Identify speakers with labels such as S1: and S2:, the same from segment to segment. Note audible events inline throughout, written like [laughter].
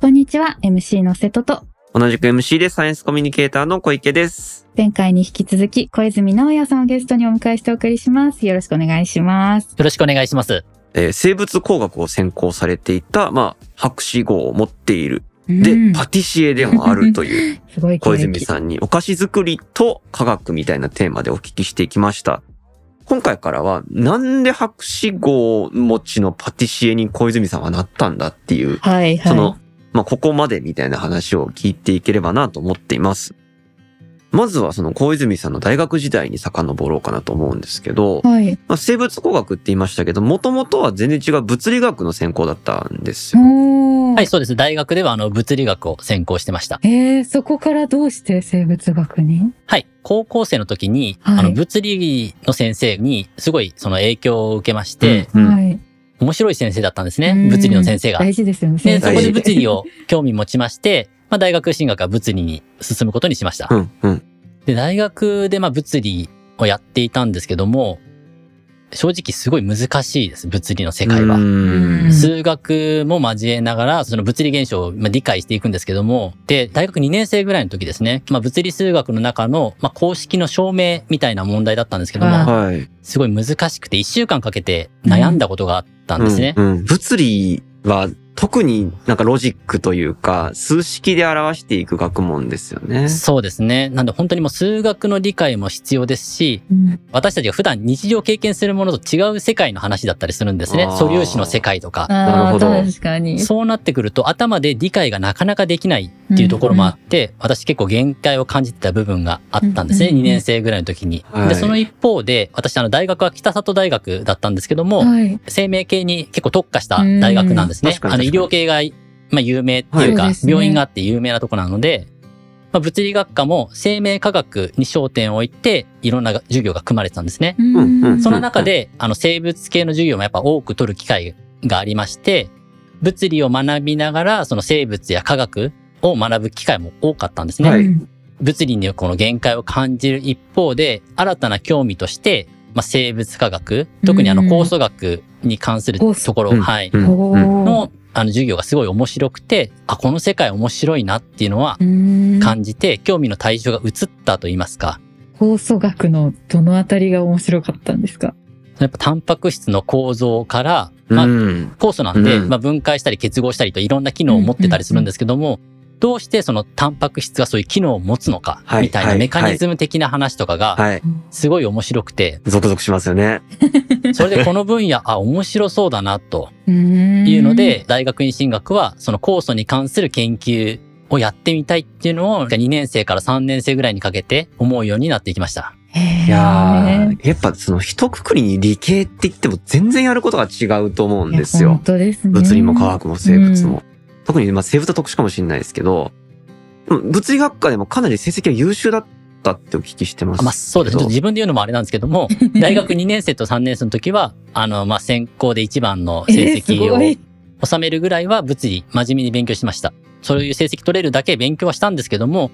S1: こんにちは、MC の瀬戸と、
S2: 同じく MC でサイエンスコミュニケーターの小池です。
S1: 前回に引き続き、小泉直也さんをゲストにお迎えしてお送りします。よろしくお願いします。
S3: よろしくお願いします。
S2: えー生物工学を専攻されていた、まあ、博士号を持っている。で、
S1: うん
S2: パティシエでもあるという
S1: す [laughs] ごい
S2: 小
S1: 経
S2: 泉
S1: 歴。
S2: さんにお菓子作りと科学みたいなテーマでお聞きしていきました。今回からは、なんで博士号持ちのパティシエに小泉さんはなったんだっていう
S1: はい、はい。
S2: その、まあ、ここまでみたいな話を聞いていければなと思っています。まずはその小泉さんの大学時代に遡ろうかなと思うんですけど、
S1: はい。
S2: まあ、生物工学って言いましたけど、もともとは全然違う物理学の専攻だったんですよ。
S1: おー。
S3: はい、そうです。大学ではあの物理学を専攻してました。
S1: えー、そこからどうして生物学に
S3: はい、高校生の時に、
S1: はい
S3: あの物理の先生にすごいその影響を受けまして、
S2: うん
S1: はい。
S3: 面白い先生だったんですね。
S1: うん
S3: 物理の先生が。
S1: 大事ですよね、
S3: で、そ
S2: 大
S3: こ
S2: 事
S3: で物理
S1: を。
S3: を興味持ちまして、まあ、大学進学は物理に進むことにしました
S2: う。ん、うん。
S3: で、大学でまあ物理をやっていたんですけども、正直すごい難しいです、物理の世界は
S2: う。ー
S1: うん
S2: ん
S3: 数学も交えながら、その物理現象をまあ理解していくんですけども、で、大学2年生ぐらいの時ですね、まあ、物理数学の中の、まあ、公式の証明みたいな問題だったんですけど
S1: わあ
S3: も、
S2: はい。
S3: すごい難しくて1週間かけて悩んだことがあったんですね。
S2: うんうん物理は特になんかロジックというか、数式で表していく学問ですよね。
S3: そうですね。なんで本当にもう数学の理解も必要ですし、
S1: うん
S3: 私たちが普段日常経験するものと違う世界の話だったりするんですね
S2: あー。
S3: 素粒子の世界とか。
S2: なる
S1: あ
S2: ほ
S1: ー
S2: ど
S1: 確かに。
S3: [laughs] そうなってくると頭で理解がなかなかできないっていうところもあって、私結構限界を感じてた部分があったんですね、
S1: うんうんうん
S3: 2年生ぐらいの時に。
S2: はい
S3: で、その一方で、私あの大学は北里大学だったんですけども、
S1: はい。
S3: 生命系に結構特化した大学なんです
S2: うん
S3: ね。
S2: 確かに
S3: あの
S2: 確かに
S3: 医療系が、まあ、有名っていう
S1: はいそう
S3: か、
S1: ですね
S3: 病院があって有名なとこなので、まあ、物理学科も生命科学に焦点を置いて、いろんな授業が組まれてたんですね。
S1: うん
S2: うんうん
S3: その中で、あの、生物系の授業もやっぱ多く取る機会がありまして、物理を学びながら、その生物や科学を学ぶ機会も多かったんですね。
S2: はい
S1: うん
S3: 物理にこの限界を感じる一方で、新たな興味として、まあ、生物科学、特にあ
S1: うん
S3: の、酵素学に関する
S1: 酵素
S3: ところ、
S2: うん
S3: はい、
S2: うん
S1: お
S2: うん
S1: ー
S3: の、あの、授業がすごい面白くて、あ、この世界面白いなっていうのは
S1: うん
S3: 感じて、興味の対象が移ったと言いますか、
S1: 放送学のどのあたりが面白かったんですか
S3: やっぱタンパク質の構造から、まあ
S2: う、ん
S3: 酵素なんで、
S2: うん
S3: まあ、分解したり結合したりといろんな機能を持ってたりするんですけども、どうしてそのタンパク質がそういう機能を持つのか
S2: はい
S3: みたい
S2: は
S3: ないメカニズム的な話とかが
S2: はい。
S3: すごい面白くて、
S2: ゾクゾクしますよね。
S3: それでこの分野、あ、面白そうだなと
S1: い
S3: いうの、で、大学院進学はその酵素に関する研究をやってみたいっていうのを2年生から3年生ぐらいにかけて思うようになっていきました。
S1: へー
S2: いやー、やっぱその一括りに理系って言っても全然やることが違うと思うんです
S1: いや
S2: よ
S1: 本。当ですね。
S2: 物理も科学も生物も。特にまあ生物は特殊かもしれないですけど、でも物理学科でもかなり成績は優秀だったってお聞きしてます。
S3: まあそうです。ちょっと自分で言うのもあれなんですけども、
S1: うん。
S3: 大学2年生と3年生の時は、あの、まあ、専攻で一番の
S1: えー
S3: 成
S1: す
S3: 績
S1: ご
S3: を
S1: い
S3: 収めるぐらいは物理、真面目に勉強しました。そういう成績取れるだけ勉強はしたんですけども、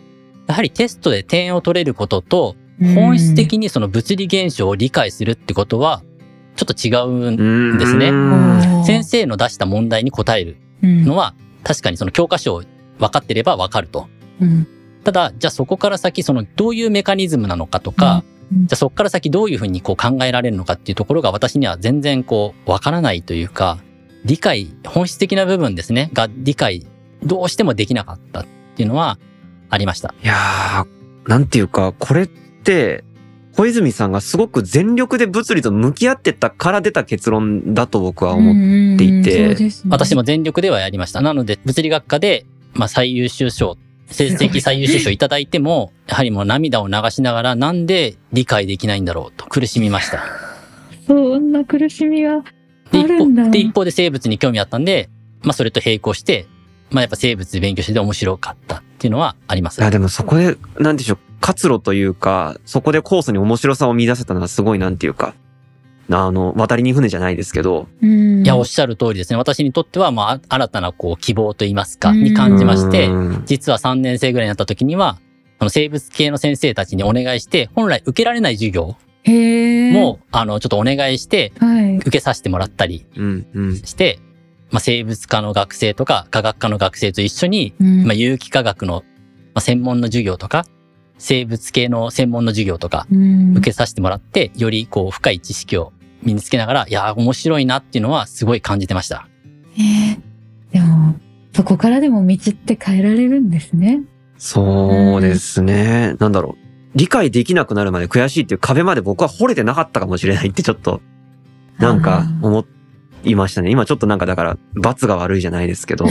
S3: やはりテストで点を取れることと、本質的にその物理現象を理解するってことは、ちょっと違うん。
S2: 分
S3: ですね
S1: うん
S3: 先生の出した問題に答える
S1: うん
S3: のは、確かにその教科書を分かってれば分かると。
S1: うん
S3: ただ、じゃあそこから先、そのどういうメカニズムなのかとか、
S1: うんうん
S3: じゃあそこから先どういうふうにこう考えられるのかっていうところが私には全然こうわからないというか、理解、本質的な部分ですね、が理解、どうしてもできなかったっていうのはありました。
S2: いやー、なんていうか、これって、小泉さんがすごく全力で物理と向き合ってたから出た結論だと僕は思って、ていて
S1: うんうんうんそうですね
S3: 私も全力ではやりました。なので物理学科で、まあ最優秀賞、成績最優秀賞いただいても、やはりもう涙を流しながらなんで理解できないんだろうと苦しみました。
S1: そんな苦しみが
S3: で、
S1: あ
S3: 一
S1: るんだ
S3: 方、で、一方で生物に興味あったんで、まあそれと並行して、まあやっぱ生物勉強してて面白かったっていうのはあります
S2: い。や、でもそこで、なんでしょう、活路というか、そこでコースに面白さを見出せたのはすごい、なんていうか、あの、渡りに船じゃないですけど、
S1: うん
S3: いや、おっしゃる通りですね。私にとっては、まああ、新たなこう希望といいますか、
S1: うん
S3: に感じまして
S2: う、ん
S3: 実は3年生ぐらいになった時には、その生物系の先生たちにお願いして、本来受けられない授業
S1: へー
S3: も、あの、ちょっとお願いして、
S1: はい
S3: 受けさせてもらったり
S2: うん、うん。
S3: して、まあ、生物科の学生とか科学科の学生と一緒に、
S1: うん
S3: まあ、有機化学のまあ専門の授業とか、生物系の専門の授業とか
S1: うん
S3: 受けさせてもらって、よりこう深い知識を身につけながら、いやー、面白いなっていうのはすごい感じてました。
S1: えーでも、そこからでも道って変えられるんですね。
S2: そうですね。なんだろう。理解できなくなるまで悔しいっていう壁まで僕は惚れてなかったかもしれないってちょっと、なんか思いましたね。今ちょっとなんかだから、罰が悪いじゃないで
S1: [laughs]
S2: すけど、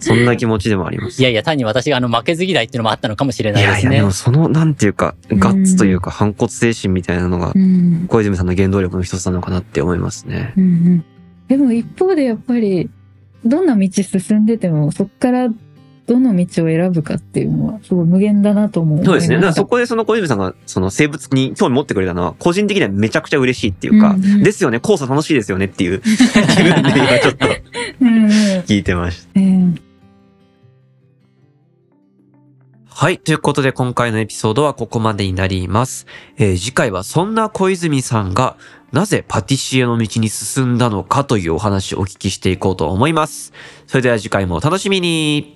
S2: そんな気持ちでもあります。
S3: いやいや、単に私があの負けず嫌いっていうのもあったのかもしれないです
S2: やい
S3: ね。
S2: や、でもその、なんていうか、ガッツというか、反骨精神みたいなのが
S1: う、ん。
S2: 小泉さんの原動力の一つなのかなって思いますね。
S1: うんうん。でも一方でやっぱり、どんな道進んでても、そこからどの道を選ぶかっていうのは、すごい無限だなとも思い
S2: そ
S1: ま
S2: うで
S1: し
S2: す
S1: た
S2: ね。だからそこでその小泉さんが、その生物に興味持ってくれたのは、個人的にはめちゃくちゃ嬉しいっていうか、
S1: うんうん
S2: ですよね、交差楽しいですよねっ
S1: [laughs]
S2: ていう気分で今ちょっと
S1: うんうん
S2: 聞いてました。
S1: うん
S2: はい。ということで今回のエピソードはここまでになります。えー次回はそんな小泉さんがなぜパティシエの道に進んだのかというお話をお聞きしていこうと思います。それでは次回もお楽しみに。